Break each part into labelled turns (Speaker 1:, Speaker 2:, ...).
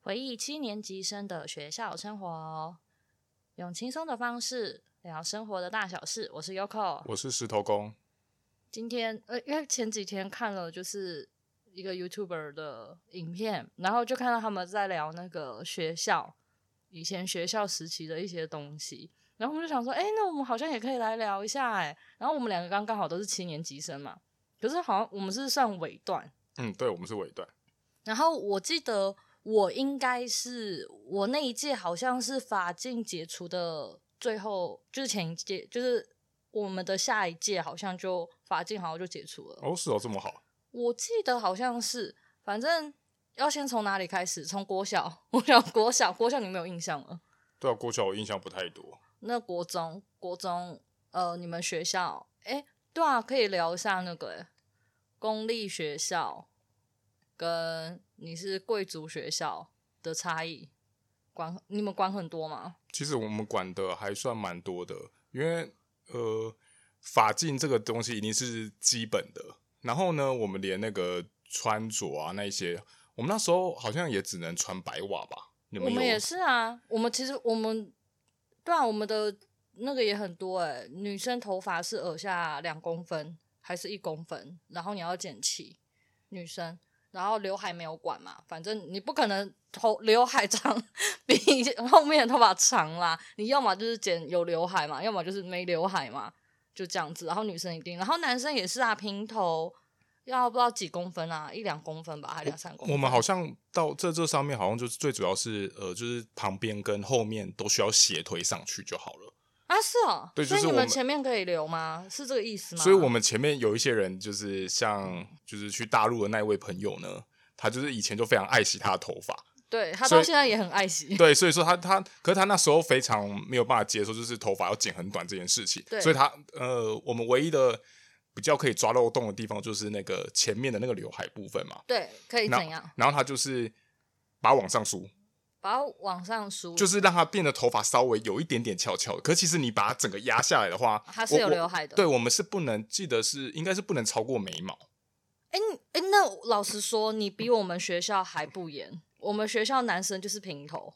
Speaker 1: 回忆七年级生的学校生活，哦用轻松的方式聊生活的大小事。我是 Yoko，
Speaker 2: 我是石头公，
Speaker 1: 今天呃，因为前几天看了就是一个 YouTuber 的影片，然后就看到他们在聊那个学校以前学校时期的一些东西，然后我们就想说，哎、那我们好像也可以来聊一下哎、然后我们两个刚刚好都是七年级生嘛，可是好像我们是算尾段，
Speaker 2: 嗯，对，我们是尾段，
Speaker 1: 然后我记得我应该是我那一届好像是法禁解除的最后，就是前一届，就是我们的下一届好像就法禁好像就解除了。
Speaker 2: 哦，是哦，这么好，
Speaker 1: 我记得好像是，反正要先从哪里开始？从国小， 我想国小，国小你没有印象了。
Speaker 2: 对啊，国小我印象不太多，
Speaker 1: 那国中，国中，呃，你们学校，诶，对啊，可以聊一下那个、诶公立学校跟你是贵族学校的差异，管你们管很多吗？
Speaker 2: 其实我们管的还算蛮多的，因为呃，法禁这个东西一定是基本的，然后呢，我们连那个穿着啊那一些，我们那时候好像也只能穿白袜吧，你
Speaker 1: 我
Speaker 2: 们有
Speaker 1: 们也是啊，我们其实我们对啊，我们的那个也很多诶，女生头发是耳下两公分还是一公分，然后你要剪齐，女生，然后刘海没有管嘛，反正你不可能头刘海长 比你后面的头发长啦，你要么就是剪有刘海嘛，要么就是没刘海嘛，就这样子。然后女生一定，然后男生也是啊，平头要不知道几公分啊，一两公分吧，还两三公分。
Speaker 2: 我们好像到这这上面好像就是最主要是呃，就是旁边跟后面都需要斜推上去就好了。
Speaker 1: 啊，是哦，
Speaker 2: 对
Speaker 1: 所以
Speaker 2: 就是
Speaker 1: 你
Speaker 2: 我
Speaker 1: 们
Speaker 2: 们
Speaker 1: 前面可以留吗？是这个意思吗？
Speaker 2: 所以我们前面有一些人，就是像就是去大陆的那位朋友呢，他就是以前就非常爱惜他的头发，
Speaker 1: 对他
Speaker 2: 所
Speaker 1: 到
Speaker 2: 以
Speaker 1: 现在也很爱惜，
Speaker 2: 对，所以说他他，可是他那时候非常没有办法接受，就是头发要剪很短这件事情
Speaker 1: 对，
Speaker 2: 所以他呃，我们唯一的比较可以抓漏洞的地方就是那个前面的那个刘海部分嘛，
Speaker 1: 对，可以
Speaker 2: 那
Speaker 1: 怎样？
Speaker 2: 然后他就是把它往上梳，
Speaker 1: 把它往上梳，
Speaker 2: 就是让它变得头发稍微有一点点翘翘的。可其实你把它整个压下来的话，
Speaker 1: 它是
Speaker 2: 我
Speaker 1: 有
Speaker 2: 我
Speaker 1: 刘海的
Speaker 2: 对，我们是不能记得是应该是不能超过眉毛。
Speaker 1: 哎哎，那老实说，你比我们学校还不严。我们学校男生就是平头，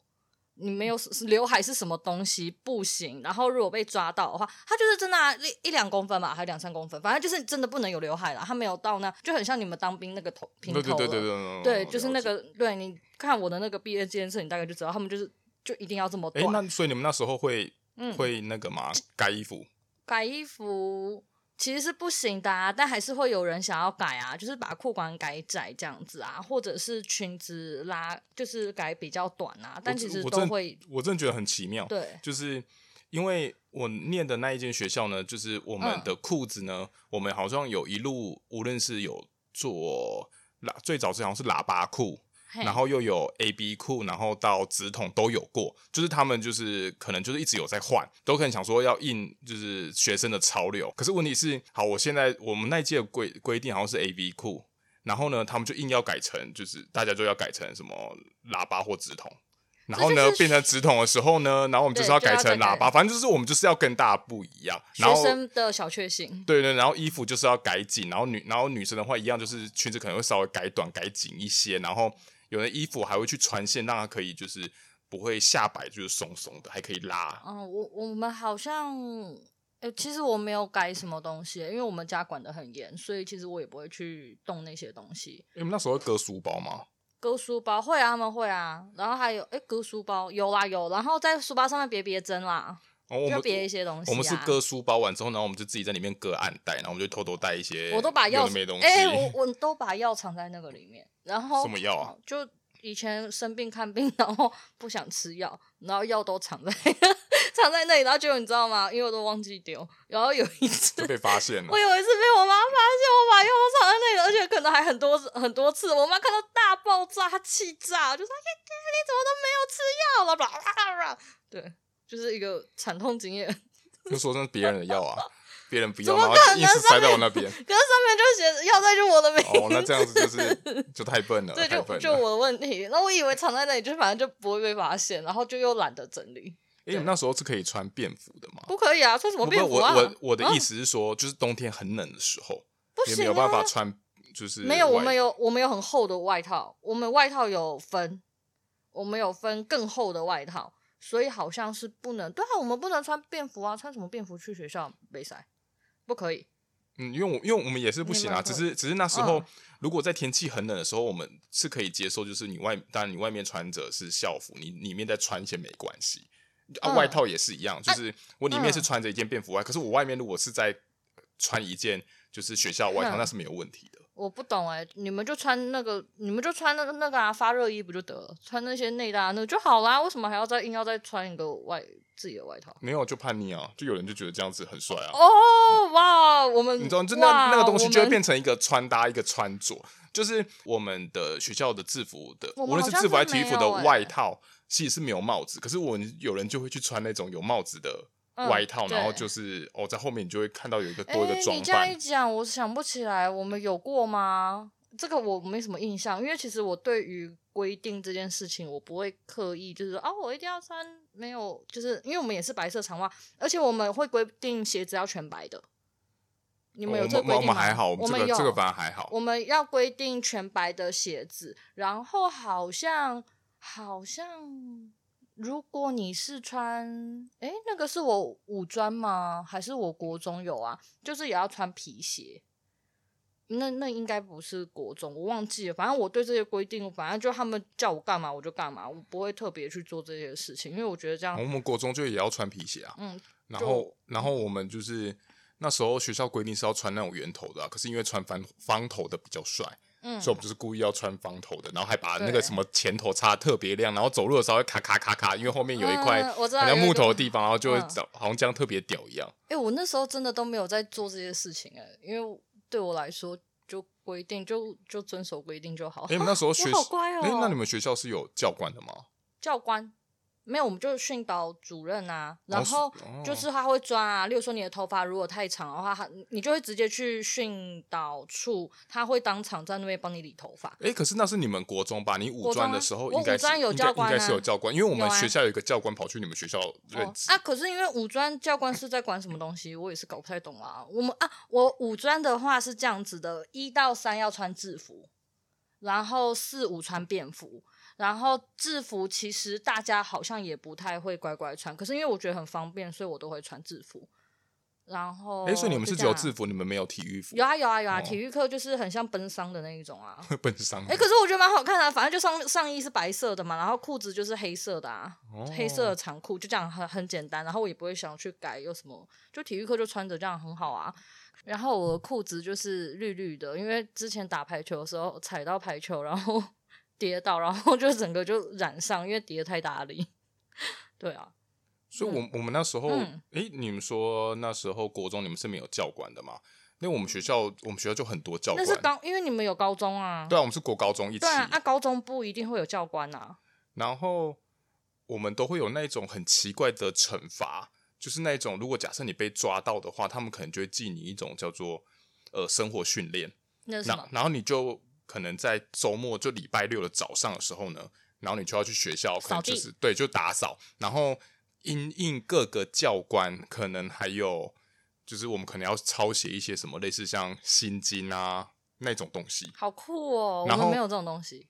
Speaker 1: 你没有刘海是什么东西不行。然后如果被抓到的话，他就是真的、啊、一一两公分吧，还有两三公分，反正就是真的不能有刘海了。他没有到那，就很像你们当兵那个头平头
Speaker 2: 对对对对
Speaker 1: 了
Speaker 2: 对
Speaker 1: 对，就是那。
Speaker 2: 哦了解
Speaker 1: 个，对你看我的那个毕业纪念册，你大概就知道，他们就是就一定要这么
Speaker 2: 哎、
Speaker 1: 短。
Speaker 2: 那所以你们那时候会、
Speaker 1: 嗯
Speaker 2: 会那个吗？改衣服？
Speaker 1: 改衣服其实是不行的、啊，但还是会有人想要改啊，就是把裤管改窄这样子啊，或者是裙子拉，就是改比较短啊，但其实
Speaker 2: 我
Speaker 1: 都
Speaker 2: 真
Speaker 1: 会
Speaker 2: 我真的觉得很奇妙，
Speaker 1: 对
Speaker 2: 就是因为我念的那一间学校呢，就是我们
Speaker 1: 嗯
Speaker 2: 的裤子呢，我们好像有一路，无论是有做喇，最早是好像是喇叭裤，
Speaker 1: 嘿
Speaker 2: 然后又有 A B 裤，然后到直筒都有过，就是他们就是可能就是一直有在换，都可能想说要应就是学生的潮流。可是问题是，好，我现在我们那一届的规规定好像是 A B 裤，然后呢，他们就硬要改成就是大家就要改成什么喇叭或直筒。然后
Speaker 1: 这
Speaker 2: 呢
Speaker 1: 就，是
Speaker 2: 变成直筒的时候呢，然后我们就是
Speaker 1: 对
Speaker 2: 要
Speaker 1: 就要
Speaker 2: 改成
Speaker 1: 再
Speaker 2: 喇
Speaker 1: 改
Speaker 2: 叭，反正就是我们就是要跟大家不一样。然
Speaker 1: 学
Speaker 2: 后
Speaker 1: 生的小确幸。
Speaker 2: 对对，然后衣服就是要改紧，然后女然后女生的话一样，就是裙子可能会稍微改短改紧一些，然后有的衣服还会去穿线，让它可以就是不会下摆就是松松的，还可以拉。
Speaker 1: 嗯，我我们好像，呃，其实我没有改什么东西，因为我们家管得很严，所以其实我也不会去动那些东西。
Speaker 2: 因为我们那时候会割书包嘛，
Speaker 1: 割书包会啊，他们会啊，然后还有诶，割书包有啦有，然后在书包上面别别针啦，
Speaker 2: 然后我
Speaker 1: 就
Speaker 2: 们
Speaker 1: 别一些东西、啊。
Speaker 2: 我们是割书包完之后，然后我们就自己在里面割暗袋，然后我们就偷偷带一些
Speaker 1: 我都把
Speaker 2: 有
Speaker 1: 药
Speaker 2: 的没东西，
Speaker 1: 哎、我我都把药藏在那个里面，然后
Speaker 2: 什么药啊？
Speaker 1: 就以前生病看病， 然后不想吃药，然后药都藏在 藏在那里，然后结果你知道吗？因为我都忘记丢，然后有一次
Speaker 2: 就被发现了
Speaker 1: 我。有一次被我妈发现我把药都藏在那里，而且可能还很多很多次。我妈看到大爆炸，她气炸，就说：“哎你怎么都没有吃药了？” 吧啦啦啦，对，就是一个惨痛经验。
Speaker 2: 就说那是别人的药啊，别人不
Speaker 1: 怎
Speaker 2: 要，
Speaker 1: 么
Speaker 2: 然后
Speaker 1: 可能
Speaker 2: 硬是塞到我那边。
Speaker 1: 可是上面就写着药在就我的名字。
Speaker 2: 哦，那这样 子就是就太笨了，
Speaker 1: 对，
Speaker 2: 太
Speaker 1: 就
Speaker 2: 笨
Speaker 1: 就
Speaker 2: 了。
Speaker 1: 我的问题。那我以为藏在那里，就反正就不会被发现，然后就又懒得整理。
Speaker 2: 哎，你们那时候是可以穿便服的吗？
Speaker 1: 不可以啊，穿什么
Speaker 2: 不
Speaker 1: 便
Speaker 2: 不
Speaker 1: 服啊？
Speaker 2: 我我我的意
Speaker 1: 啊、
Speaker 2: 思是说，就是冬天很冷的时候，
Speaker 1: 不
Speaker 2: 你没
Speaker 1: 行、啊，
Speaker 2: 有办法穿，就是
Speaker 1: 没有，我
Speaker 2: 外
Speaker 1: 们有我们有很厚的外套，我们外套有分。我们有分更厚的外套，所以好像是不能，对啊，我们不能穿便服啊，穿什么便服去学校没塞，不可以。
Speaker 2: 嗯，因为我因为我们也是不行啊，
Speaker 1: 你
Speaker 2: 只
Speaker 1: 们
Speaker 2: 是只是那时候、
Speaker 1: 嗯
Speaker 2: 如果在天气很冷的时候，我们是可以接受，就是你外当然你外面穿着是校服，你里面再穿一些没关系啊，
Speaker 1: 嗯
Speaker 2: 外套也是一样，就是我里面是
Speaker 1: 嗯
Speaker 2: 穿着一件便服外，可是我外面如果是在穿一件就是学校外
Speaker 1: 嗯
Speaker 2: 套，那是没有问题的。
Speaker 1: 我不懂哎、你们就穿那个，你们就穿那个那个啊，发热衣不就得了？穿那些内搭那就好啦，为什么还要再硬要再穿一个外自己的外套？
Speaker 2: 没有就叛逆啊，就有人就觉得这样子很帅啊。
Speaker 1: 哦哇，我们
Speaker 2: 你知道，就
Speaker 1: 哇
Speaker 2: 那那个东西就
Speaker 1: 我
Speaker 2: 会
Speaker 1: 们
Speaker 2: 变成一个穿搭，一个穿着，就是我们的学校的制服的，
Speaker 1: 我们
Speaker 2: 无论是
Speaker 1: 好像
Speaker 2: 制服
Speaker 1: 是
Speaker 2: 还是体育服
Speaker 1: 没
Speaker 2: 的
Speaker 1: 有欸
Speaker 2: 外套，其实是没有帽子。可是我们有人就会去穿那种有帽子的
Speaker 1: 嗯
Speaker 2: 外套，然后
Speaker 1: 对
Speaker 2: 就是哦，在后面你就会看到有一个
Speaker 1: 哎，
Speaker 2: 多一个装
Speaker 1: 你这样一
Speaker 2: 扮。
Speaker 1: 讲，我想不起来我们有过吗？这个我没什么印象，因为其实我对于规定这件事情，我不会刻意就是说啊，我一定要穿没有，就是因为我们也是白色长袜，而且我们会规定鞋子要全白的。你们有
Speaker 2: 哦我
Speaker 1: 这个
Speaker 2: 们
Speaker 1: 规定吗？
Speaker 2: 我们还好，
Speaker 1: 我
Speaker 2: 我们这
Speaker 1: 有
Speaker 2: 个这个反而还好。
Speaker 1: 我们要规定全白的鞋子，然后好像好像，如果你是穿，诶，那个是我五专吗？还是我国中有啊？就是也要穿皮鞋。那那应该不是国中，我忘记了。反正我对这些规定，反正就他们叫我干嘛我就干嘛，我不会特别去做这些事情，因为我觉得这样
Speaker 2: 我，们国中就也要穿皮鞋啊，
Speaker 1: 嗯，
Speaker 2: 然
Speaker 1: 就
Speaker 2: 后然后我们就是那时候学校规定是要穿那种圆头的啊、可是因为穿方方头的比较帅，
Speaker 1: 嗯
Speaker 2: 所以我们就是故意要穿方头的，然后还把
Speaker 1: 对
Speaker 2: 那个什么前头擦得特别亮，然后走路的时候会咔咔咔咔，因为后面有一块
Speaker 1: 嗯我知道
Speaker 2: 好像
Speaker 1: 有一
Speaker 2: 木
Speaker 1: 个
Speaker 2: 头的地方，然后就会
Speaker 1: 嗯
Speaker 2: 找、好像这样特别屌一样。
Speaker 1: 哎、我那时候真的都没有在做这些事情哎、因为对我来说就规定就就遵守规定就好。
Speaker 2: 哎、你们那时候学
Speaker 1: 我好乖哦、
Speaker 2: 哎、那你们学校是有教官的吗？
Speaker 1: 教官没有，我们就训导主任啊，然后
Speaker 2: 是哦
Speaker 1: 就是他会抓啊。例如说你的头发如果太长的话，他你就会直接去训导处，他会当场在那边帮你理头发。
Speaker 2: 哎、可是那是你们国中吧？你五
Speaker 1: 国中啊
Speaker 2: 专的时候
Speaker 1: 我
Speaker 2: 应该
Speaker 1: 五
Speaker 2: 是
Speaker 1: 专有
Speaker 2: 应该
Speaker 1: 教官啊
Speaker 2: 应该是有教官，因为我们
Speaker 1: 有啊
Speaker 2: 学校有一个教官跑去你们学校任
Speaker 1: 哦
Speaker 2: 职。
Speaker 1: 啊，可是因为五专教官是在管什么东西，我也是搞不太懂啊。我们啊，我五专的话是这样子的：一到三要穿制服，然后四五穿便服。然后制服其实大家好像也不太会乖乖穿，可是因为我觉得很方便，所以我都会穿制服。然后，
Speaker 2: 哎、所以你们是只有制
Speaker 1: 服？
Speaker 2: 服，你们没有体育服，
Speaker 1: 有 啊有啊有啊，
Speaker 2: 哦
Speaker 1: 体育课就是很像奔丧的那一种 啊。
Speaker 2: 会奔丧。
Speaker 1: 哎、可是我觉得蛮好看的，反正就上上衣是白色的嘛，然后裤子就是黑色的啊，
Speaker 2: 哦
Speaker 1: 黑色的长裤就这样很很简单，然后我也不会想去改有什么，就体育课就穿着这样很好啊。然后我的裤子就是绿绿的，因为之前打排球的时候踩到排球，然后 跌倒，然后就整个就染上，因为跌得太大力。对啊，
Speaker 2: 所以我，我、们那时候，哎、
Speaker 1: 嗯
Speaker 2: 你们说那时候国中你们是没有教官的嘛？那我们学校，我们学校就很多教
Speaker 1: 那
Speaker 2: 官。
Speaker 1: 是高，因为你们有高中啊，
Speaker 2: 对啊，我们是国高中一起，
Speaker 1: 对啊，啊高中不一定会有教官啊，
Speaker 2: 然后我们都会有那种很奇怪的惩罚，就是那种如果假设你被抓到的话，他们可能就会记你一种叫做呃生活训练，
Speaker 1: 那是什
Speaker 2: 然
Speaker 1: 么？
Speaker 2: 然后你就可能在周末就礼拜六的早上的时候呢，然后你就要去学校，可能
Speaker 1: 扫地
Speaker 2: 就是对，就打扫，然后因应各个教官，可能还有就是我们可能要抄写一些什么类似像心经啊那种东西，
Speaker 1: 好酷哦，我
Speaker 2: 然
Speaker 1: 们
Speaker 2: 后
Speaker 1: 没有这种东西。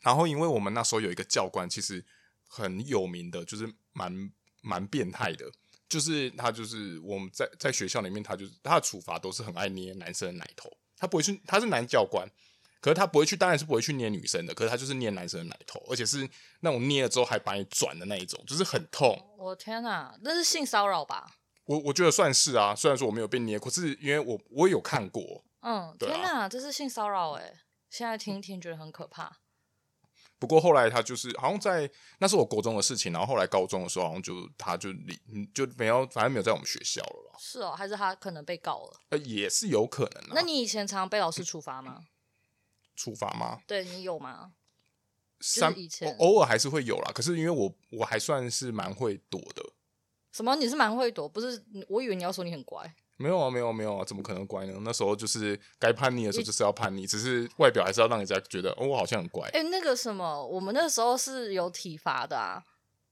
Speaker 2: 然后因为我们那时候有一个教官，其实很有名的，就是蛮蛮变态的，就是他就是我们在在学校里面，他就是他的处罚都是很爱捏男生的奶头，他不会去，他是男教官。可是他不会去，当然是不会去捏女生的。可是他就是捏男生的奶头，而且是那种捏了之后还把你转的那一种，就是很痛。
Speaker 1: 我天哪，那是性骚扰吧？
Speaker 2: 我我觉得算是啊，虽然说我没有被捏过，是因为我我有看过，
Speaker 1: 嗯，
Speaker 2: 对啊嗯
Speaker 1: 天哪，这是性骚扰哎！现在听一听觉得很可怕。
Speaker 2: 不过后来他就是好像在那是我国中的事情，然后后来高中的时候好像就他就离嗯就没有，反正没有在我们学校了啦。
Speaker 1: 是哦，还是他可能被告了？
Speaker 2: 呃，也是有可能啊。
Speaker 1: 那你以前常被老师处罚吗？
Speaker 2: 处罚吗？
Speaker 1: 对你有吗？
Speaker 2: 三
Speaker 1: 以前
Speaker 2: 偶偶尔还是会有啦，可是因为我我还算是蛮会躲的。
Speaker 1: 什么？你是蛮会躲，不是？我以为你要说你很乖。
Speaker 2: 没有啊，没有啊没有啊，怎么可能乖呢？那时候就是该叛逆的时候就是要叛逆，只是外表还是要让人家觉得哦，我好像很乖。
Speaker 1: 哎、那个什么，我们那时候是有体罚的啊，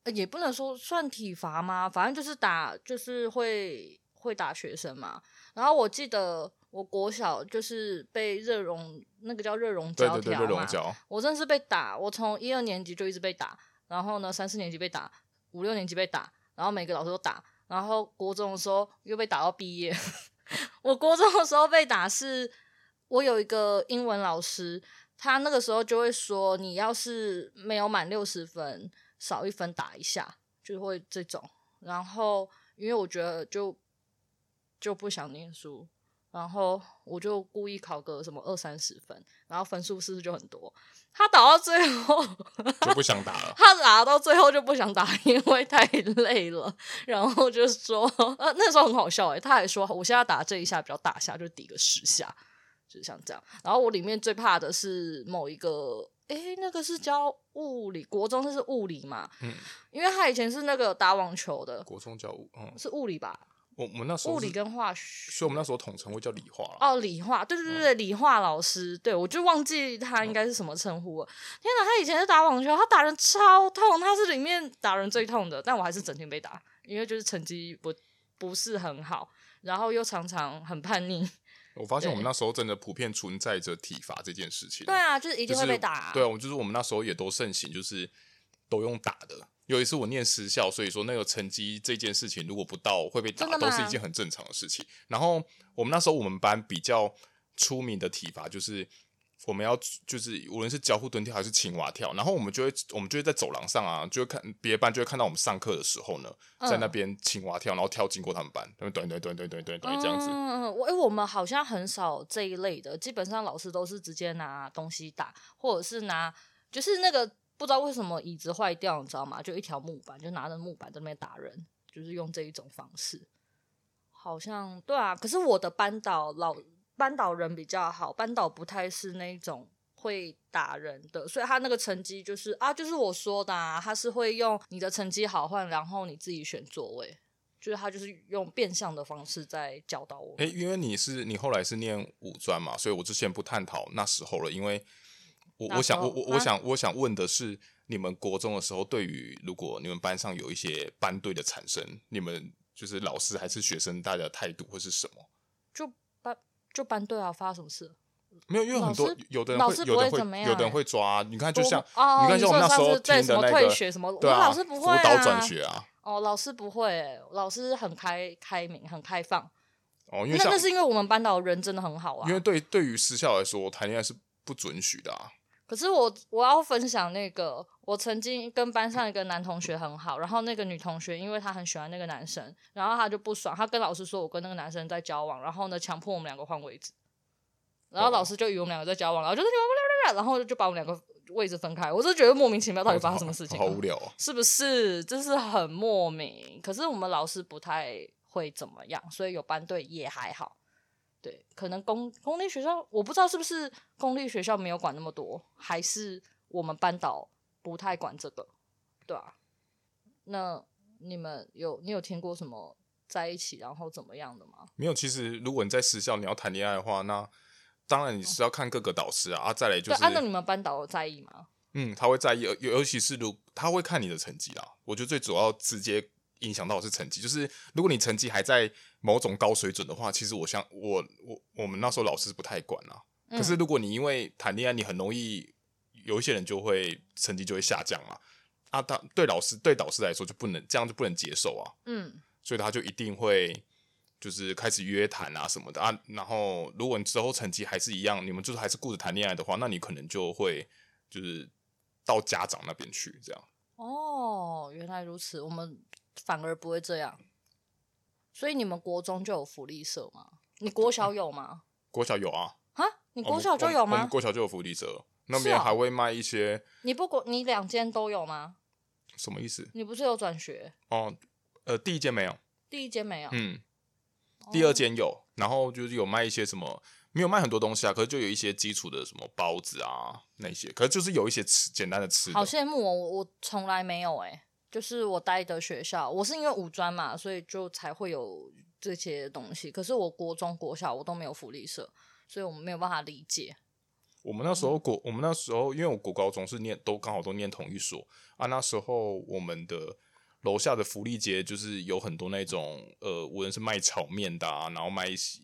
Speaker 1: 呃也不能说算体罚吗？反正就是打，就是会会打学生嘛。然后我记得我国小就是被热熔那个叫热熔
Speaker 2: 对
Speaker 1: 胶
Speaker 2: 对对，
Speaker 1: 条
Speaker 2: 热
Speaker 1: 嘛
Speaker 2: 熔，胶，
Speaker 1: 我真的是被打，我从一二年级就一直被打，然后呢三四年级被打，五六年级被打，然后每个老师都打，然后国中的时候又被打到毕业。 我国中的时候被打是，我有一个英文老师，他那个时候就会说，你要是没有满六十分，少一分打一下，就会这种。然后因为我觉得就就不想念书，然后我就故意考个什么二三十分，然后分数是不是就很多？他打到最后，
Speaker 2: 就不想打了。
Speaker 1: 他打到最后就不想打，因为太累了。然后就说，呃，那时候很好笑诶、他还说我现在打这一下比较大下，就抵个十下，就是像这样。然后我里面最怕的是某一个，诶、那个是教物理，国中那是物理嘛，
Speaker 2: 嗯，
Speaker 1: 因为他以前是那个打网球的，
Speaker 2: 国中叫物，嗯，
Speaker 1: 是物理吧？
Speaker 2: 我我们那时候
Speaker 1: 物理
Speaker 2: 是
Speaker 1: 跟化学。
Speaker 2: 所以我们那时候统称会叫理化了。
Speaker 1: 哦，理化，对对对对，理化老师，对我就忘记他应该是什么称呼了。天哪，他以前是打网球，他打人超痛，他是里面打人最痛的，但我还是整天被打，因为就是成绩不不是很好，然后又常常很叛逆。
Speaker 2: 我发现
Speaker 1: 对
Speaker 2: 我们那时候真的普遍存在着体罚这件事情。
Speaker 1: 对啊，就是一
Speaker 2: 就
Speaker 1: 定
Speaker 2: 是
Speaker 1: 会被打、
Speaker 2: 对啊，我就是我们那时候也都盛行，就是都用打的。有一次我念私校，所以说那个成绩这件事情，如果不到会被打
Speaker 1: 真，的
Speaker 2: 都
Speaker 1: 吗
Speaker 2: 是一件很正常的事情。然后我们那时候我们班比较出名的体罚就是。我们要就是无论是交互蹲跳还是青蛙跳，然后我们就会我们就会在走廊上啊，就会看别班就会看到我们上课的时候呢，
Speaker 1: 嗯
Speaker 2: 在那边青蛙跳，然后跳经过他们班，他们短短短短短短短这样子，
Speaker 1: 嗯，嗯嗯我、诶我们好像很少这一类的，基本上老师都是直接拿东西打，或者是拿就是那个不知道为什么椅子坏掉，你知道吗？就一条木板，就拿着木板在那边打人，就是用这一种方式。好像对啊，可是我的班导老班导人比较好，班导不太是那一种会打人的，所以他那个成绩就是啊，就是我说的、啊，他是会用你的成绩好坏，然后你自己选座位，就是他就是用变相的方式在教导我。
Speaker 2: 诶，因为你是你后来是念五专嘛，所以我之前不探讨那时候了，因为我
Speaker 1: 那
Speaker 2: 我想
Speaker 1: 时候
Speaker 2: 我我我
Speaker 1: 啊
Speaker 2: 想我想问的是，你们国中的时候，对于如果你们班上有一些班队的产生，你们就是老师还是学生，大家的态度会是什么？
Speaker 1: 就班就班队啊，发生什么事？
Speaker 2: 没有，因为很多
Speaker 1: 老师
Speaker 2: 有的人
Speaker 1: 老
Speaker 2: 会
Speaker 1: 师不
Speaker 2: 有的
Speaker 1: 会
Speaker 2: 人会
Speaker 1: 怎么样
Speaker 2: 有的人
Speaker 1: 欸
Speaker 2: 会抓，啊你看就
Speaker 1: 多
Speaker 2: 像、
Speaker 1: 哦
Speaker 2: 看
Speaker 1: 你
Speaker 2: 像
Speaker 1: 说
Speaker 2: 我们那
Speaker 1: 上
Speaker 2: 时候
Speaker 1: 次在
Speaker 2: 听
Speaker 1: 什
Speaker 2: 的
Speaker 1: 么
Speaker 2: 那
Speaker 1: 退
Speaker 2: 个
Speaker 1: 学什么
Speaker 2: 对
Speaker 1: 我
Speaker 2: 啊，
Speaker 1: 老师不会
Speaker 2: 辅导
Speaker 1: 啊
Speaker 2: 转学啊，
Speaker 1: 哦，老师不会、欸，老师很开开明，很开放。
Speaker 2: 哦，
Speaker 1: 那
Speaker 2: 因为像
Speaker 1: 那是因为我们班导人真的很好啊。
Speaker 2: 因为对对于私校来说，谈恋爱是不准许的啊。
Speaker 1: 可是我我要分享那个，我曾经跟班上一个男同学很好，然后那个女同学因为她很喜欢那个男生，然后她就不爽，她跟老师说我跟那个男生在交往，然后呢强迫我们两个换位置，然后老师就以为我们两个在交往，然后就是你们然后就把我们两个位置分开，我就觉得莫名其妙，到底发生什么事情、啊
Speaker 2: 好好无聊、哦。
Speaker 1: 是不是？这是很莫名。可是我们老师不太会怎么样，所以有班队也还好。对，可能公公立学校我不知道是不是公立学校没有管那么多，还是我们班导不太管这个，对啊。那你们有你有听过什么在一起然后怎么样的吗？
Speaker 2: 没有，其实如果你在私校你要谈恋爱的话，那当然你是要看各个导师啊，啊，再来就
Speaker 1: 对，
Speaker 2: 是，
Speaker 1: 按照你们班导有在意吗？
Speaker 2: 嗯，他会在意，尤尤其是如他会看你的成绩啦。我觉得最主要直接影响到的是成绩，就是如果你成绩还在某种高水准的话，其实我像我我我们那时候老师不太管啦。
Speaker 1: 嗯
Speaker 2: 可是如果你因为谈恋爱，你很容易有一些人就会成绩就会下降嘛，啊，他对老师对导师来说就不能这样就不能接受啊。
Speaker 1: 嗯，
Speaker 2: 所以他就一定会就是开始约谈啊什么的啊。然后如果你之后成绩还是一样，你们就是还是顾着谈恋爱的话，那你可能就会就是到家长那边去这样。
Speaker 1: 哦，原来如此，我们反而不会这样。所以你们国中就有福利社吗？你国小有吗？
Speaker 2: 国小有啊，
Speaker 1: 啊，你
Speaker 2: 我
Speaker 1: 国
Speaker 2: 们
Speaker 1: 小就
Speaker 2: 我们
Speaker 1: 有
Speaker 2: 我
Speaker 1: 吗
Speaker 2: 们？国小就有福利社，那
Speaker 1: 是
Speaker 2: 边
Speaker 1: 哦
Speaker 2: 还会卖一些
Speaker 1: 你不国你两间都有吗？
Speaker 2: 什么意思？
Speaker 1: 你不是有转学？
Speaker 2: 哦，呃，第一间没有，
Speaker 1: 第一间没有，
Speaker 2: 嗯，
Speaker 1: 哦
Speaker 2: 第二间有，然后就是有卖一些什么。没有卖很多东西啊，可是就有一些基础的什么包子啊那些，可是就是有一些吃简单的吃的
Speaker 1: 好，羡慕哦，我我从来没有哎、就是我待的学校，我是因为五专嘛，所以就才会有这些东西。可是我国中、国小我都没有福利社，所以我们没有办法理解。
Speaker 2: 我们那时
Speaker 1: 嗯
Speaker 2: 候国，我们那时候因为我国高中是念都刚好都念同一所啊，那时候我们的楼下的福利街就是有很多那种呃，无论是卖炒面的啊，然后卖一些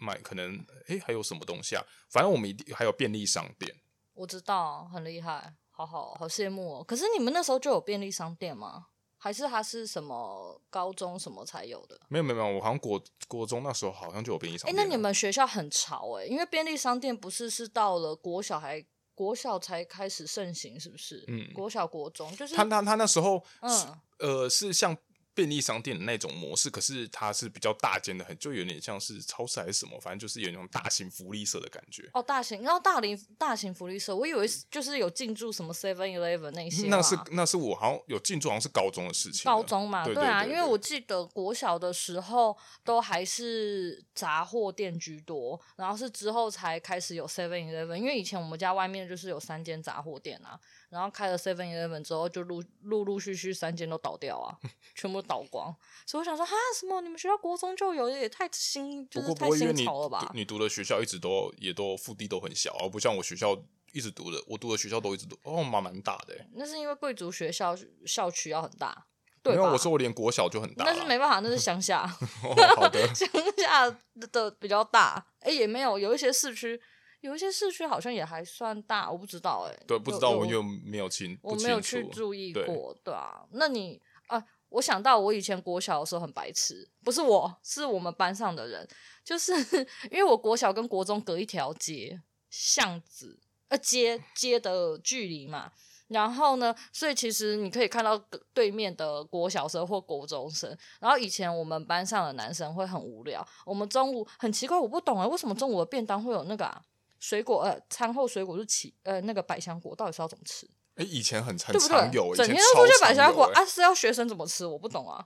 Speaker 2: 买，可能诶还有什么东西啊？反正我们一定还有便利商店。
Speaker 1: 我知道，很厉害，好好好羡慕哦。可是你们那时候就有便利商店吗？还是它是什么高中什么才有的？
Speaker 2: 没有没有没有，我好像国国中那时候好像就有便利商
Speaker 1: 哎、
Speaker 2: 店了。
Speaker 1: 那你们学校很潮哎、因为便利商店不是是到了国小还国小才开始盛行，是不是？
Speaker 2: 嗯
Speaker 1: 国小国中就是
Speaker 2: 他他他那时候是
Speaker 1: 嗯，
Speaker 2: 呃是像便利商店的那种模式，可是它是比较大间的，很就有点像是超市还是什么，反正就是有那种大型福利社的感觉。
Speaker 1: 哦，大型，然后大林大型福利社，我以为是就是有进驻什么 Seven Eleven 那些啦，啊
Speaker 2: 那是那是我好像有进驻，好像是高中的事情了。
Speaker 1: 高中嘛，
Speaker 2: 对
Speaker 1: 对啊，
Speaker 2: 对
Speaker 1: 因
Speaker 2: 对
Speaker 1: 为我记得国小的时候都还是杂货店居多，然后是之后才开始有 Seven Eleven，因为以前我们家外面就是有三间杂货店啊，然后开了 Seven Eleven 之后，就陆陆陆续续三间都倒掉 啊，全部倒光，所以我想说哈什么你们学校国中就有，也太新就
Speaker 2: 不
Speaker 1: 是
Speaker 2: 过
Speaker 1: 太
Speaker 2: 不会因为
Speaker 1: 新
Speaker 2: 你
Speaker 1: 潮了吧
Speaker 2: 读？你读的学校一直都也都腹地都很小，而不像我学校一直读的，我读的学校都一直读哦，蛮蛮大的欸。
Speaker 1: 那是因为贵族学校校区要很大，对
Speaker 2: 没有，
Speaker 1: 吧？
Speaker 2: 我说我连国小就很大了，
Speaker 1: 但是没办 法，那是乡下。，
Speaker 2: 哦好的
Speaker 1: 乡下的比较大，哎、也没有，有一些市区，有一些市区好像也还算大，我不知道、哎，
Speaker 2: 对，不知道我
Speaker 1: 有
Speaker 2: 有没有清，
Speaker 1: 我
Speaker 2: 不
Speaker 1: 没有
Speaker 2: 清
Speaker 1: 去
Speaker 2: 楚
Speaker 1: 注意
Speaker 2: 对
Speaker 1: 过，对啊，那你啊，我想到我以前国小的时候很白痴，不是我，是我们班上的人，就是 因为我国小跟国中隔一条街巷子，呃，街街的距离嘛。然后呢，所以其实你可以看到隔对面的国小生或国中生。然后以前我们班上的男生会很无聊，我们中午很奇怪，我不懂哎，为什么中午的便当会有那个、啊、水果呃餐后水果是起呃那个百香果，到底是要怎么吃？
Speaker 2: 哎，以前很很
Speaker 1: 对不对
Speaker 2: 常有，？以
Speaker 1: 整
Speaker 2: 前
Speaker 1: 天都出去
Speaker 2: 超
Speaker 1: 百
Speaker 2: 常
Speaker 1: 香
Speaker 2: 有
Speaker 1: 果
Speaker 2: 欸
Speaker 1: 啊，是要学生怎么吃？我不懂啊，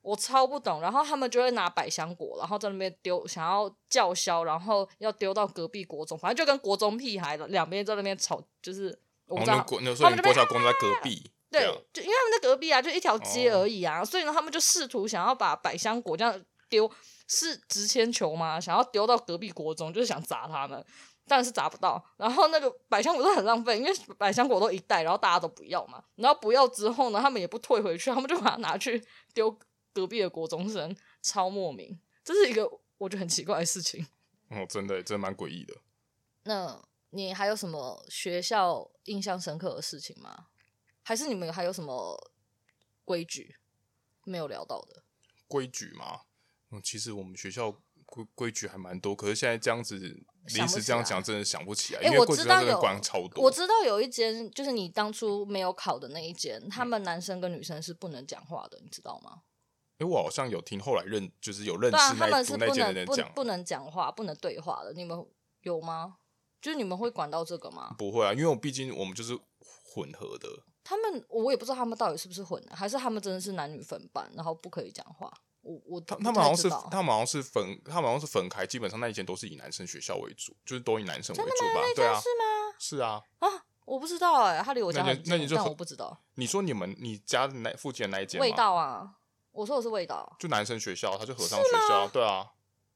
Speaker 1: 我超不懂。然后他们就会拿百香果，然后在那边丢，想要叫嚣，然后要丢到隔壁国中，反正就跟国中屁孩了，两边在那边吵，就是我不
Speaker 2: 哦
Speaker 1: 知
Speaker 2: 那
Speaker 1: 道
Speaker 2: 个。国那时
Speaker 1: 他
Speaker 2: 候
Speaker 1: 们
Speaker 2: 你
Speaker 1: 就
Speaker 2: 国小公司在隔 壁，
Speaker 1: 对
Speaker 2: 这样，
Speaker 1: 就因为他们在隔壁啊，就一条街
Speaker 2: 哦
Speaker 1: 而已啊，所以呢，他们就试图想要把百香果这样丢，是直铅球吗？想要丢到隔壁国中，就是想砸他们，但是砸不到。然后那个百香果都很浪费，因为百香果都一袋，然后大家都不要嘛。然后不要之后呢，他们也不退回去，他们就把它拿去丢隔壁的国中生，超莫名，这是一个我觉得很奇怪的事情。
Speaker 2: 哦，真的真的蛮诡异的。
Speaker 1: 那你还有什么学校印象深刻的事情吗？还是你们还有什么规矩没有聊到的？
Speaker 2: 规矩嘛，嗯，其实我们学校规规矩还蛮多，可是现在这样子
Speaker 1: 想
Speaker 2: 临
Speaker 1: 不
Speaker 2: 时
Speaker 1: 起
Speaker 2: 这样
Speaker 1: 来
Speaker 2: 讲，真的想不起来，
Speaker 1: 诶
Speaker 2: 因为
Speaker 1: 我
Speaker 2: 规
Speaker 1: 知
Speaker 2: 矩
Speaker 1: 道
Speaker 2: 真的
Speaker 1: 有
Speaker 2: 管超多。
Speaker 1: 我知道有一间，就是你当初没有考的那一间，
Speaker 2: 嗯
Speaker 1: 他们男生跟女生是不能讲话的，你知道吗？
Speaker 2: 哎、我好像有听后来认，就是有认
Speaker 1: 对啊
Speaker 2: 识，
Speaker 1: 他
Speaker 2: 那
Speaker 1: 们
Speaker 2: 一
Speaker 1: 是
Speaker 2: 读那
Speaker 1: 不
Speaker 2: 间的
Speaker 1: 能
Speaker 2: 人
Speaker 1: 不
Speaker 2: 讲，
Speaker 1: 不能讲话、不能对话的。你们有吗？就是你们会管到这个吗？
Speaker 2: 不会啊，因为我毕竟我们就是混合的，
Speaker 1: 他们我也不知道他们到底是不是混的，还是他们真的是男女分班，然后不可以讲话。我我
Speaker 2: 他
Speaker 1: 不
Speaker 2: 他
Speaker 1: 太
Speaker 2: 们好像
Speaker 1: 知
Speaker 2: 是
Speaker 1: 道
Speaker 2: 他们好像是分他们好像是分开，基本上那一间都是以男生学校为主，就是都以男生为主吧？对啊，
Speaker 1: 是吗？
Speaker 2: 是啊。
Speaker 1: 啊，我不知道哎、他离我家
Speaker 2: 那你
Speaker 1: 很
Speaker 2: 那你
Speaker 1: 近
Speaker 2: 就
Speaker 1: 但
Speaker 2: 很
Speaker 1: 我不知道
Speaker 2: 你说你们你家的那附近的那一间吗
Speaker 1: 味道啊。我说我是味道，
Speaker 2: 就男生学校，他就和尚学校，对啊。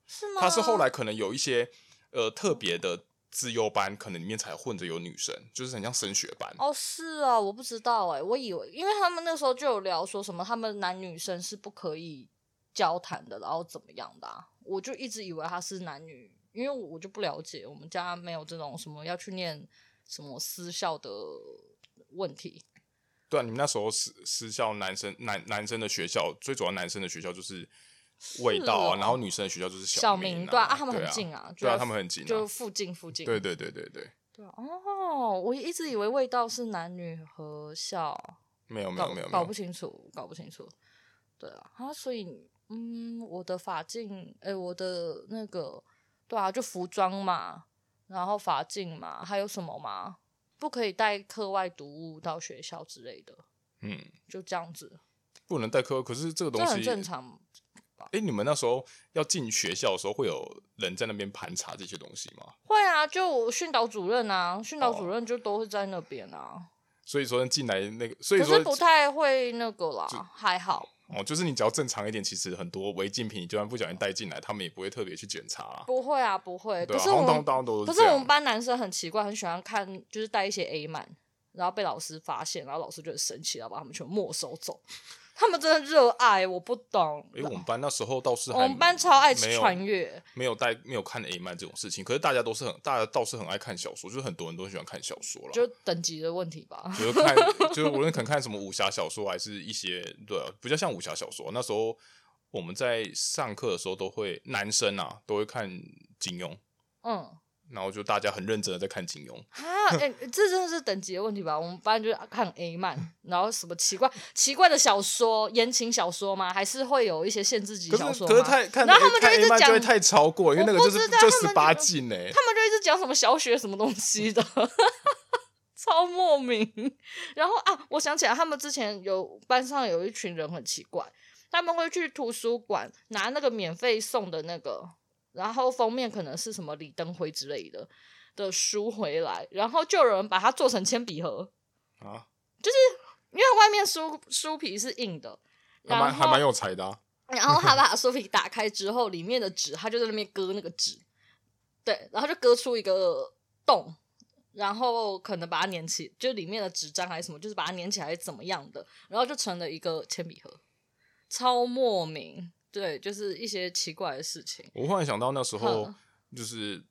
Speaker 1: 是吗？
Speaker 2: 他是后来可能有一些呃特别的自优班，可能里面才混着有女生，就是很像升学班。
Speaker 1: 哦，是啊，我不知道哎、我以为因为他们那时候就有聊说什么，他们男女生是不可以交谈的，然后怎么样的、啊，我就一直以为他是男女，因为我就不了解，我们家没有这种什么要去念什么私校的问题。
Speaker 2: 对啊，你们那时候私私校男生男男生的学校，最主要男生的学校就是味道
Speaker 1: 哦
Speaker 2: 啊，然后女生的学校就是
Speaker 1: 小
Speaker 2: 明
Speaker 1: 对
Speaker 2: 啊，
Speaker 1: 啊，他们很近啊，
Speaker 2: 啊，
Speaker 1: 就
Speaker 2: 对
Speaker 1: 在
Speaker 2: 他们很近啊，
Speaker 1: 就附近附近，
Speaker 2: 对对对对对，
Speaker 1: 对啊哦，我一直以为味道是男女合校，
Speaker 2: 没有没
Speaker 1: 搞
Speaker 2: 有没有没
Speaker 1: 搞不
Speaker 2: 有，
Speaker 1: 清楚，搞不清楚。对啊，啊，所以嗯，我的发镜，哎、我的那个，对啊，就服装嘛，然后发镜嘛，还有什么嘛？不可以带课外读物到学校之类的，
Speaker 2: 嗯，
Speaker 1: 就这样子，
Speaker 2: 不能代课，可是这个
Speaker 1: 这
Speaker 2: 东
Speaker 1: 很
Speaker 2: 西
Speaker 1: 正。常。
Speaker 2: 哎，你们那时候要进学校的时候，会有人在那边盘查这些东西吗？
Speaker 1: 会啊，就训导主任啊，训导主
Speaker 2: 哦
Speaker 1: 任就都会在那边啊，
Speaker 2: 所以说进来那个，所以
Speaker 1: 可
Speaker 2: 说
Speaker 1: 是不太会那个啦，还好。
Speaker 2: 哦，就是你只要正常一点，其实很多违禁品，你就算不小心带进来，他们也不会特别去检查啦。
Speaker 1: 不会啊，不会。
Speaker 2: 对
Speaker 1: 可
Speaker 2: 啊，
Speaker 1: 是我
Speaker 2: 好像
Speaker 1: 们
Speaker 2: 当当都
Speaker 1: 可
Speaker 2: 是
Speaker 1: 是
Speaker 2: 这
Speaker 1: 我们
Speaker 2: 样。
Speaker 1: 班男生很奇怪，很喜欢看，就是带一些 A 漫，然后被老师发现，然后老师就很生气，然后把他们全部没收走。他们真的热爱，我不懂。
Speaker 2: 哎、我们班那时候倒是还
Speaker 1: 我们班超爱
Speaker 2: 没有
Speaker 1: 穿越，
Speaker 2: 没有带没有看 A 漫这种事情，可是大家都是很大家倒是很爱看小说，就是很多人都很喜欢看小说了。
Speaker 1: 就等级的问题吧。
Speaker 2: 就是看，就是无论可能看什么武侠小说，还是一些对、啊，比较像武侠小说。那时候我们在上课的时候都会，男生啊都会看金庸，
Speaker 1: 嗯，
Speaker 2: 然后就大家很认真的在看金庸。
Speaker 1: 哈，哎、这真的是等级的问题吧？我们班就是看 A 漫，然后什么奇怪奇怪的小说，言情小说吗？还是会有一些限制级
Speaker 2: 可
Speaker 1: 小
Speaker 2: 是
Speaker 1: 说
Speaker 2: 可是
Speaker 1: 吗？
Speaker 2: 太看
Speaker 1: 然后他
Speaker 2: A
Speaker 1: 们就
Speaker 2: 看
Speaker 1: 一直
Speaker 2: A 漫就会
Speaker 1: 讲
Speaker 2: 太超过，因为那个
Speaker 1: 我
Speaker 2: 就
Speaker 1: 不
Speaker 2: 是
Speaker 1: 知道
Speaker 2: 就
Speaker 1: 他
Speaker 2: 十
Speaker 1: 们
Speaker 2: 八
Speaker 1: 就
Speaker 2: 禁哎、
Speaker 1: 他们就一直讲什么小雪什么东西的， 超莫名。然后啊，我想起来，他们之前有班上有一群人很奇怪，他们会去图书馆拿那个免费送的那个，然后封面可能是什么李登辉之类的的书回来，然后就有人把它做成铅笔盒，
Speaker 2: 啊，
Speaker 1: 因为外面书书皮是硬的。
Speaker 2: 还
Speaker 1: 然
Speaker 2: 蛮还
Speaker 1: 后
Speaker 2: 蛮有才的、啊。
Speaker 1: 然后 他把书皮打开之后，里面的纸，他就在那边割那个纸，对，然后就割出一个洞，然后可能把它粘起，就里面的纸张还是什么，就是把它粘起来怎么样的，然后就成了一个铅笔盒，超莫名，对，就是一些奇怪的事情，
Speaker 2: 我忽然想到那时候
Speaker 1: 哼
Speaker 2: 就是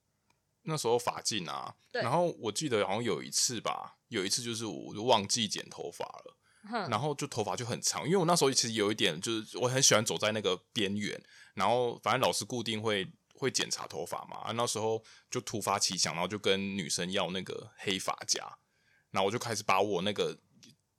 Speaker 2: 那时候法镜啊，
Speaker 1: 嗯对
Speaker 2: 然后我记得好像有一次吧，有一次就是我就忘记剪头发了，
Speaker 1: 哼，
Speaker 2: 然后就头发就很长，因为我那时候其实有一点就是我很喜欢走在那个边缘，然后反正老师固定会。会检查头发嘛？啊那时候就突发奇想，然后就跟女生要那个黑发夹，然后我就开始把我那个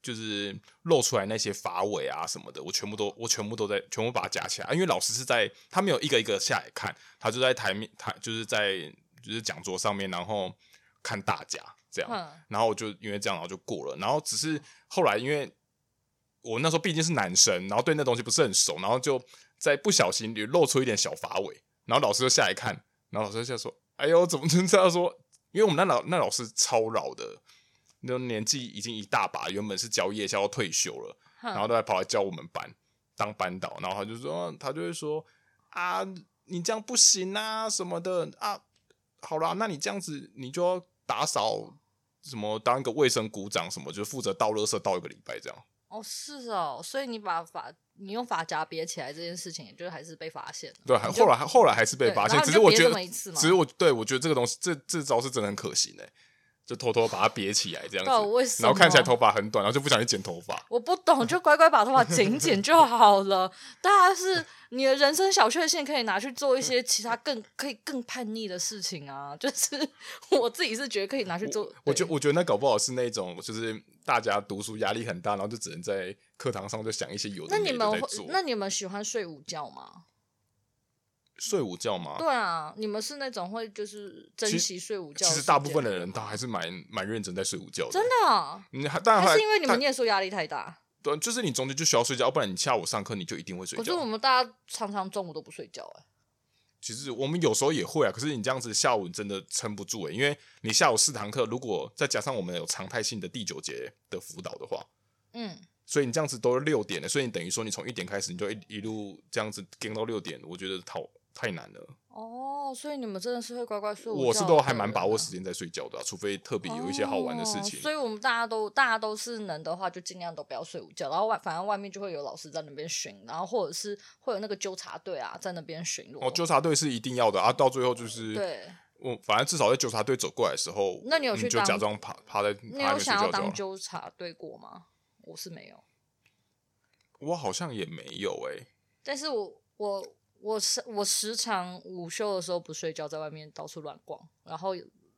Speaker 2: 就是露出来那些发尾啊什么的，我全部都我全部都在全部把它夹起来，因为老师是在他没有一个一个下来看，他就在台面台就是在就是讲桌上面，然后看大家这样，
Speaker 1: 嗯
Speaker 2: 然后我就因为这样然后就过了，然后只是后来因为我那时候毕竟是男生，然后对那东西不是很熟，然后就在不小心里露出一点小发尾，然后老师就下来看，然后老师就下来说：“哎呦，怎么能这样说？”因为我们那老那老师超老的，那年纪已经一大把，原本是教夜校要退休了，
Speaker 1: 哼
Speaker 2: 然后都还跑来教我们班当班导，然后他就说，他就会说啊，你这样不行啊什么的啊，好啦，那你这样子你就要打扫什么当一个卫生股长什么，就是负责倒垃圾倒一个礼拜这样。
Speaker 1: 哦是哦，所以你把法你用发夹别起来这件事情，也就还是被发现了，
Speaker 2: 对，还
Speaker 1: 你就
Speaker 2: 后来后来还是被
Speaker 1: 对
Speaker 2: 发现
Speaker 1: 然，后
Speaker 2: 只
Speaker 1: 你
Speaker 2: 是
Speaker 1: 就
Speaker 2: 我
Speaker 1: 别
Speaker 2: 觉
Speaker 1: 这
Speaker 2: 得
Speaker 1: 么一次，嘛
Speaker 2: 只是我对我觉得这个东西这这招是真的很可惜呢、就偷偷把它别起来这样
Speaker 1: 到底为
Speaker 2: 子，
Speaker 1: 什
Speaker 2: 然后看起来
Speaker 1: 么
Speaker 2: 头发很短，然后就不小心剪头发。
Speaker 1: 我不懂，就乖乖把头发剪剪就好了。大家是你的人生小确幸，可以拿去做一些其他更可以更叛逆的事情啊。就是 我自己是觉得可以拿去做。
Speaker 2: 我觉
Speaker 1: 对
Speaker 2: 我觉得那搞不好是那种，就是大家读书压力很大，然后就只能在课堂上就想一些有
Speaker 1: 那
Speaker 2: 的
Speaker 1: 你
Speaker 2: 没
Speaker 1: 们
Speaker 2: 的在
Speaker 1: 会
Speaker 2: 做。
Speaker 1: 那你们喜欢睡午觉吗？
Speaker 2: 睡午觉吗？
Speaker 1: 对啊，你们是那种会就是珍
Speaker 2: 其
Speaker 1: 惜睡午觉
Speaker 2: 其
Speaker 1: 时间吗。
Speaker 2: 实大部分的人都还是蛮蛮认真在睡午觉的。
Speaker 1: 真的啊、
Speaker 2: 你还当然
Speaker 1: 还
Speaker 2: 后
Speaker 1: 是
Speaker 2: 来
Speaker 1: 因为你
Speaker 2: 但
Speaker 1: 们念书压力太大。
Speaker 2: 对，就是你中间就需要睡觉，要不然你下午上课你就一定会睡
Speaker 1: 可是我
Speaker 2: 觉。
Speaker 1: 们大家常常中午都不睡觉哎、
Speaker 2: 其实我们有时候也会啊，可是你这样子下午真的撑不住诶、欸因为你下午四堂课，如果再加上我们有常态性的第九节的辅导的话，
Speaker 1: 嗯，
Speaker 2: 所以你这样子都是六点了，所以你等于说你从一点开始，你就一一路这样子跟到六点，我觉得讨太难了。
Speaker 1: 哦，所以你们真的是会乖乖睡午觉的人啊。
Speaker 2: 我是都还蛮把握时间在睡觉的啊、除非特别有一些好玩的事情
Speaker 1: 哦。所以我们大家都大家都是能的话，就尽量都不要睡午觉。然后外反正外面就会有老师在那边巡，然后或者是会有那个纠察队啊在那边巡逻。
Speaker 2: 哦，纠察队是一定要的啊，到最后就是，
Speaker 1: 对，
Speaker 2: 我反正至少在纠察队走过来的时候，
Speaker 1: 那你有去
Speaker 2: 就
Speaker 1: 当
Speaker 2: 假装趴趴在
Speaker 1: 你
Speaker 2: 趴在那
Speaker 1: 有
Speaker 2: 边睡
Speaker 1: 想要
Speaker 2: 觉就好
Speaker 1: 当
Speaker 2: 了。
Speaker 1: 纠察队过吗？我是没有，
Speaker 2: 我好像也没有欸诶、
Speaker 1: 但是我我我是我时常午休的时候不睡觉，在外面到处乱逛，然后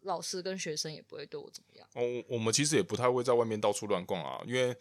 Speaker 1: 老师跟学生也不会对我怎么样。
Speaker 2: 哦，我我们其实也不太会在外面到处乱逛啊，因为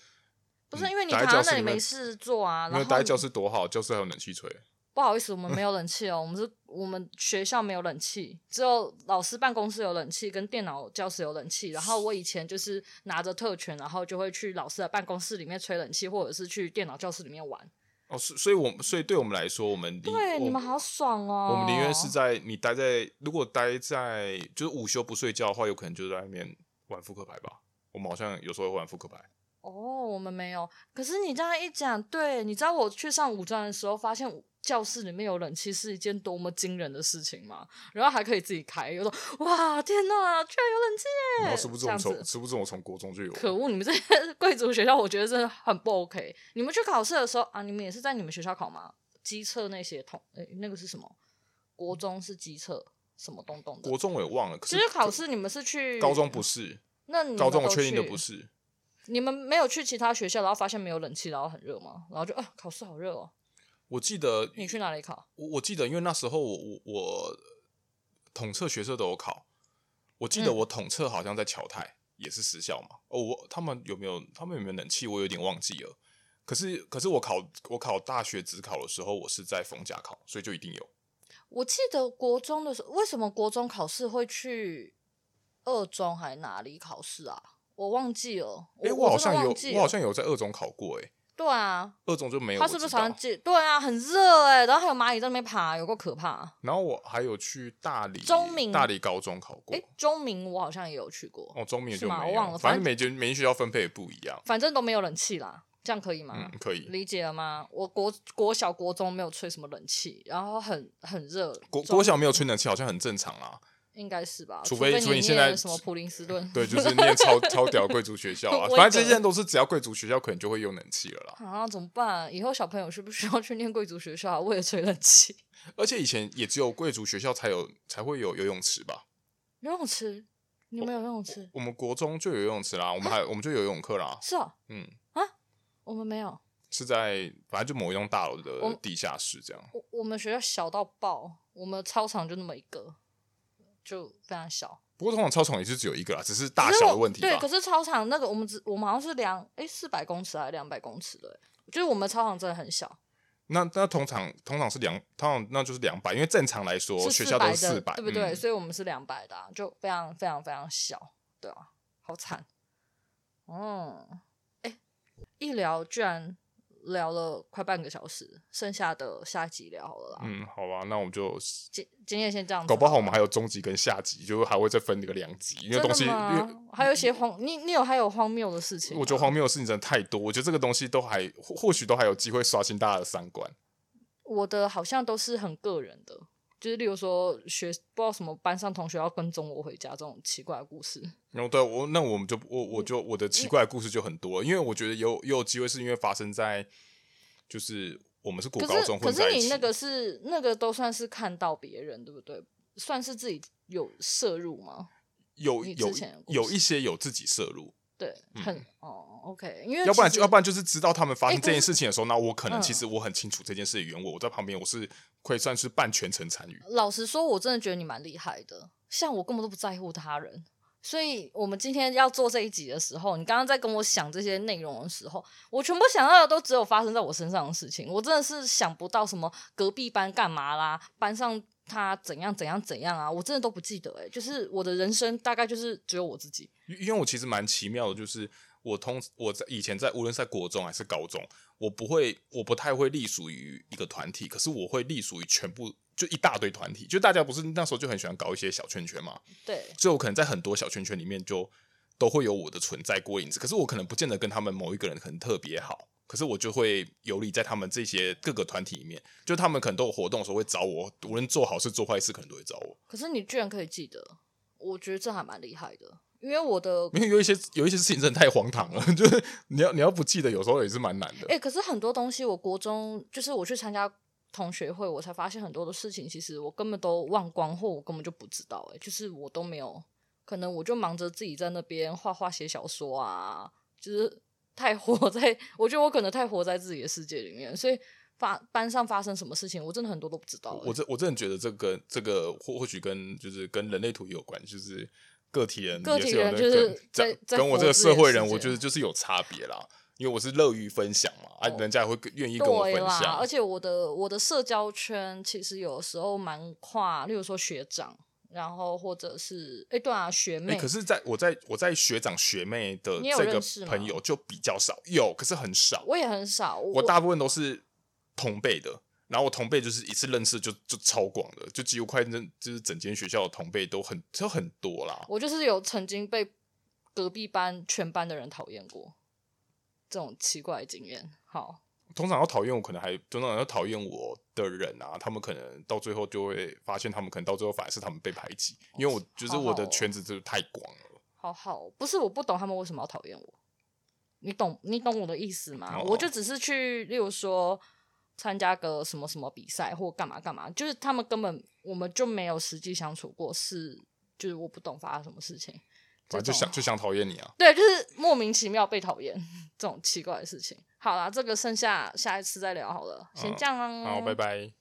Speaker 1: 不是因为你
Speaker 2: 待
Speaker 1: 躺
Speaker 2: 嗯
Speaker 1: 在
Speaker 2: 在教室
Speaker 1: 那里
Speaker 2: 里面
Speaker 1: 没事做啊，
Speaker 2: 因
Speaker 1: 然
Speaker 2: 为
Speaker 1: 后
Speaker 2: 待在
Speaker 1: 你
Speaker 2: 教室多好，教室还有冷气吹。
Speaker 1: 不好意思，我们没有冷气哦，我们是我们学校没有冷气，只有老师办公室有冷气，跟电脑教室有冷气。然后我以前就是拿着特权，然后就会去老师的办公室里面吹冷气，或者是去电脑教室里面玩。
Speaker 2: 哦，所所以我们所以对我们来说，我们离
Speaker 1: 对，
Speaker 2: 我
Speaker 1: 你们好爽哦！
Speaker 2: 我们宁愿是在你待在，如果待在就是午休不睡觉的话，有可能就在外面玩扑克牌吧。我们好像有时候会玩扑克牌，
Speaker 1: 哦，我们没有。可是你这样一讲，对，你知道我去上五专的时候，发现教室里面有冷气是一件多么惊人的事情吗？然后还可以自己开，有种哇，天哪，居然有冷气耶！
Speaker 2: 然后殊不知
Speaker 1: 这
Speaker 2: 我
Speaker 1: 样
Speaker 2: 们
Speaker 1: 子
Speaker 2: 从殊不知我从国中就有，
Speaker 1: 可恶！你们这些 贵族学校，我觉得真的很不 OK。你们去考试的时候啊，你们也是在你们学校考吗？机测那些统，诶、那个是什么？国中是机测什么东东的
Speaker 2: 国？中我也忘了。可
Speaker 1: 其
Speaker 2: 是
Speaker 1: 实考试你们是去
Speaker 2: 高中不，是，
Speaker 1: 那你们
Speaker 2: 高中我
Speaker 1: 都
Speaker 2: 确定的
Speaker 1: 去
Speaker 2: 不是。
Speaker 1: 你们没有去其他学校，然后发现没有冷气，然后很热吗？然后就啊，考试好热哦。
Speaker 2: 我记得
Speaker 1: 你去哪里考？
Speaker 2: 我我记得，因为那时候我我我统测学测都有考，我记得
Speaker 1: 嗯
Speaker 2: 我统测好像在侨泰、也是私校嘛。哦，我他们有没有他们有没有冷气，我有点忘记了。可是可是我考我考大学只考的时候，我是在逢甲考，所以就一定有。
Speaker 1: 我记得国中的时候，为什么国中考试会去二中还哪里考试啊？我忘记了。
Speaker 2: 诶，
Speaker 1: 我
Speaker 2: 好
Speaker 1: 真的
Speaker 2: 像有
Speaker 1: 忘记
Speaker 2: 我好
Speaker 1: 了
Speaker 2: 像有在二中考过、诶，
Speaker 1: 对啊，
Speaker 2: 二中就没有。
Speaker 1: 他是不
Speaker 2: 我
Speaker 1: 是
Speaker 2: 知道
Speaker 1: 常常记？对啊，很热哎、然后还有蚂蚁在那边爬，有够可怕。
Speaker 2: 然后我还有去大理
Speaker 1: 中明
Speaker 2: 大理高中考过。
Speaker 1: 哎、中明我好像也有去过，
Speaker 2: 哦，中明
Speaker 1: 是
Speaker 2: 就
Speaker 1: 吗
Speaker 2: 没
Speaker 1: 我
Speaker 2: 有，
Speaker 1: 忘了
Speaker 2: 反
Speaker 1: 反
Speaker 2: 正每间每间学校分配也不一样。
Speaker 1: 反正都没有冷气啦，这样可以吗
Speaker 2: 嗯？，可以。
Speaker 1: 理解了吗？我国国小国中没有吹什么冷气，然后很很热。
Speaker 2: 国
Speaker 1: 中
Speaker 2: 国小没有吹冷气，好像很正常啊。
Speaker 1: 应该是吧？
Speaker 2: 除非
Speaker 1: 非
Speaker 2: 除非你
Speaker 1: 你
Speaker 2: 现
Speaker 1: 念
Speaker 2: 在
Speaker 1: 什么普林斯顿，
Speaker 2: 对，就是念 超超屌贵族学校啊，
Speaker 1: 我也
Speaker 2: 反正这
Speaker 1: 觉
Speaker 2: 些
Speaker 1: 得
Speaker 2: 都是只要贵族学校可能就会用冷气了啦。
Speaker 1: 啊，怎么办？以后小朋友是不是要去念贵族学校啊为了吹冷气？
Speaker 2: 而且以前也只有贵族学校才有才会有游泳池吧？
Speaker 1: 游泳池，你们有游泳池？
Speaker 2: 我们国中就有游泳池啦，我们还我们就有游泳 课啦。
Speaker 1: 是哦，
Speaker 2: 嗯，
Speaker 1: 我们没有，
Speaker 2: 是在反正就某一栋大楼
Speaker 1: 我
Speaker 2: 的地下室这样。
Speaker 1: 我我们学校小到爆，我们操场就那么一个，就非常小。
Speaker 2: 不过通常操场也是只有一个啦，只是大
Speaker 1: 可是
Speaker 2: 小
Speaker 1: 我
Speaker 2: 的问题
Speaker 1: 对，
Speaker 2: 吧
Speaker 1: 可。是操场那个我们只我们好像是两哎四百公尺还是两百公尺的、欸，就是我们操场真的很小，
Speaker 2: 那那通常通常是两，通常那就是两百，因为正常来说
Speaker 1: 是
Speaker 2: 学
Speaker 1: 四
Speaker 2: 校
Speaker 1: 百
Speaker 2: 都
Speaker 1: 的，
Speaker 2: 是四百，
Speaker 1: 对不对？
Speaker 2: 嗯
Speaker 1: 所以我们是两百的啊、就非常非常非常小，对啊，好惨。嗯，哎，一聊居然聊了快半个小时，剩下的下一集聊好了啦。
Speaker 2: 嗯，好吧，那我们就
Speaker 1: 今今天先这样子好
Speaker 2: 搞
Speaker 1: 了，
Speaker 2: 不好我们还有中级跟下级，就还会再分个两级，因为
Speaker 1: 真
Speaker 2: 东
Speaker 1: 的
Speaker 2: 西因为
Speaker 1: 吗？还有一些荒，你你有还有荒谬的事情吗？
Speaker 2: 我觉得荒谬的事情真的太多，我觉得这个东西都还或或许都还有机会刷新大家的三观。
Speaker 1: 我的好像都是很个人的，就是例如说学不知道什么班上同学要跟踪我回家这种奇怪的故事。
Speaker 2: 然后对我那我们就我
Speaker 1: 嗯
Speaker 2: 我就我的奇怪的故事就很多，因为我觉得有也有机会是因为发生在就是我们是国
Speaker 1: 可
Speaker 2: 高
Speaker 1: 是
Speaker 2: 中
Speaker 1: 可
Speaker 2: 混在
Speaker 1: 是
Speaker 2: 一
Speaker 1: 你
Speaker 2: 起
Speaker 1: 那，个是那个都算是看到别人对不对？算是自己有摄入吗？
Speaker 2: 有
Speaker 1: 你
Speaker 2: 有
Speaker 1: 之前的故事
Speaker 2: 有一些有自己摄入，
Speaker 1: 对，很、哦，OK，因为
Speaker 2: 嗯要不然
Speaker 1: 其实
Speaker 2: 就
Speaker 1: 哎
Speaker 2: 要不然就是知道他们发生
Speaker 1: 诶可
Speaker 2: 这件
Speaker 1: 是
Speaker 2: 事情的时候，那我可能
Speaker 1: 嗯
Speaker 2: 其实我很清楚这件事的原委，我在旁边我是可以算是半全程参与。
Speaker 1: 老实说，我真的觉得你蛮厉害的。像我根本都不在乎他人，所以我们今天要做这一集的时候，你刚刚在跟我想这些内容的时候，我全部想到的都只有发生在我身上的事情。我真的是想不到什么隔壁班干嘛啦，班上他怎样怎样怎样啊，我真的都不记得、欸。诶，就是我的人生大概就是只有我自己。
Speaker 2: 因因为我其实蛮奇妙的，就是我通我在以前在无论是在国中还是高中，我不会，我不太会隶属于一个团体，可是我会隶属于全部就一大堆团体，就大家不是那时候就很喜欢搞一些小圈圈嘛，
Speaker 1: 对，
Speaker 2: 所以我可能在很多小圈圈里面就都会有我的存在过影子，可是我可能不见得跟他们某一个人可能特别好。可是我就会游离在他们这些各个团体里面，就他们可能都有活动的时候会找我，无论做好事做坏事，可能都会找我。
Speaker 1: 可是你居然可以记得，我觉得这还蛮厉害的。因为我的
Speaker 2: 因为有一些有一些事情真的太荒唐了， 就是你要你要不记得，有时候也是蛮难的。
Speaker 1: 哎、可是很多东西，我国中就是我去参加同学会，我才发现很多的事情，其实我根本都忘光，或我根本就不知道、哎，就是我都没有，可能我就忙着自己在那边画画、写小说啊，就是太活在， 我觉得我可能太活在自己的世界里面，所以发班上发生什么事情，我真的很多都不知道、
Speaker 2: 我
Speaker 1: 哎
Speaker 2: 我真我真的觉得这个这个或或许跟就是跟人类图也有关，就是个体人
Speaker 1: 个
Speaker 2: 也
Speaker 1: 体
Speaker 2: 是有
Speaker 1: 人
Speaker 2: 那
Speaker 1: 就
Speaker 2: 个
Speaker 1: 是在
Speaker 2: 跟
Speaker 1: 在
Speaker 2: 跟我
Speaker 1: 活
Speaker 2: 这个
Speaker 1: 自
Speaker 2: 社
Speaker 1: 己的
Speaker 2: 会
Speaker 1: 世
Speaker 2: 人，我
Speaker 1: 界
Speaker 2: 觉得就是有差别啦，因为我是乐于分享嘛，啊，
Speaker 1: 哦
Speaker 2: 人家也会跟愿意跟我分
Speaker 1: 对啦，
Speaker 2: 享
Speaker 1: 而。且我的我的社交圈其实有时候蛮跨，例如说学长，然后或者是哎、对啊学妹，
Speaker 2: 诶可是在我在我在学长学妹的
Speaker 1: 你有
Speaker 2: 这个
Speaker 1: 认识吗
Speaker 2: 朋友就比较少，有可是很少，
Speaker 1: 我也很少，
Speaker 2: 我大部分都是同辈的，然后我同辈就是一次认识就就超广的，就几乎快整就是整间学校的同辈都很就很多啦。
Speaker 1: 我就是有曾经被隔壁班全班的人讨厌过，这种奇怪的经验。好，
Speaker 2: 通常要讨厌我，可能还通常要讨厌我的人啊，他们可能到最后就会发现，他们可能到最后反而是他们被排挤，因为我就是
Speaker 1: 好好
Speaker 2: 我的
Speaker 1: 哦
Speaker 2: 圈子就是太广了。
Speaker 1: 好好，不是我不懂他们为什么要讨厌我，你懂你懂我的意思吗？
Speaker 2: 哦
Speaker 1: 我就只是去，例如说参加个什么什么比赛或干嘛干嘛，就是他们根本我们就没有实际相处过，是就是我不懂发生什么事情，
Speaker 2: 反正哦就
Speaker 1: 这种
Speaker 2: 想就想讨厌你啊，
Speaker 1: 对，就是莫名其妙被讨厌 这种奇怪的事情。好啦，这个剩下下一次再聊好了，先
Speaker 2: 嗯
Speaker 1: 这样、啊
Speaker 2: 好，拜拜。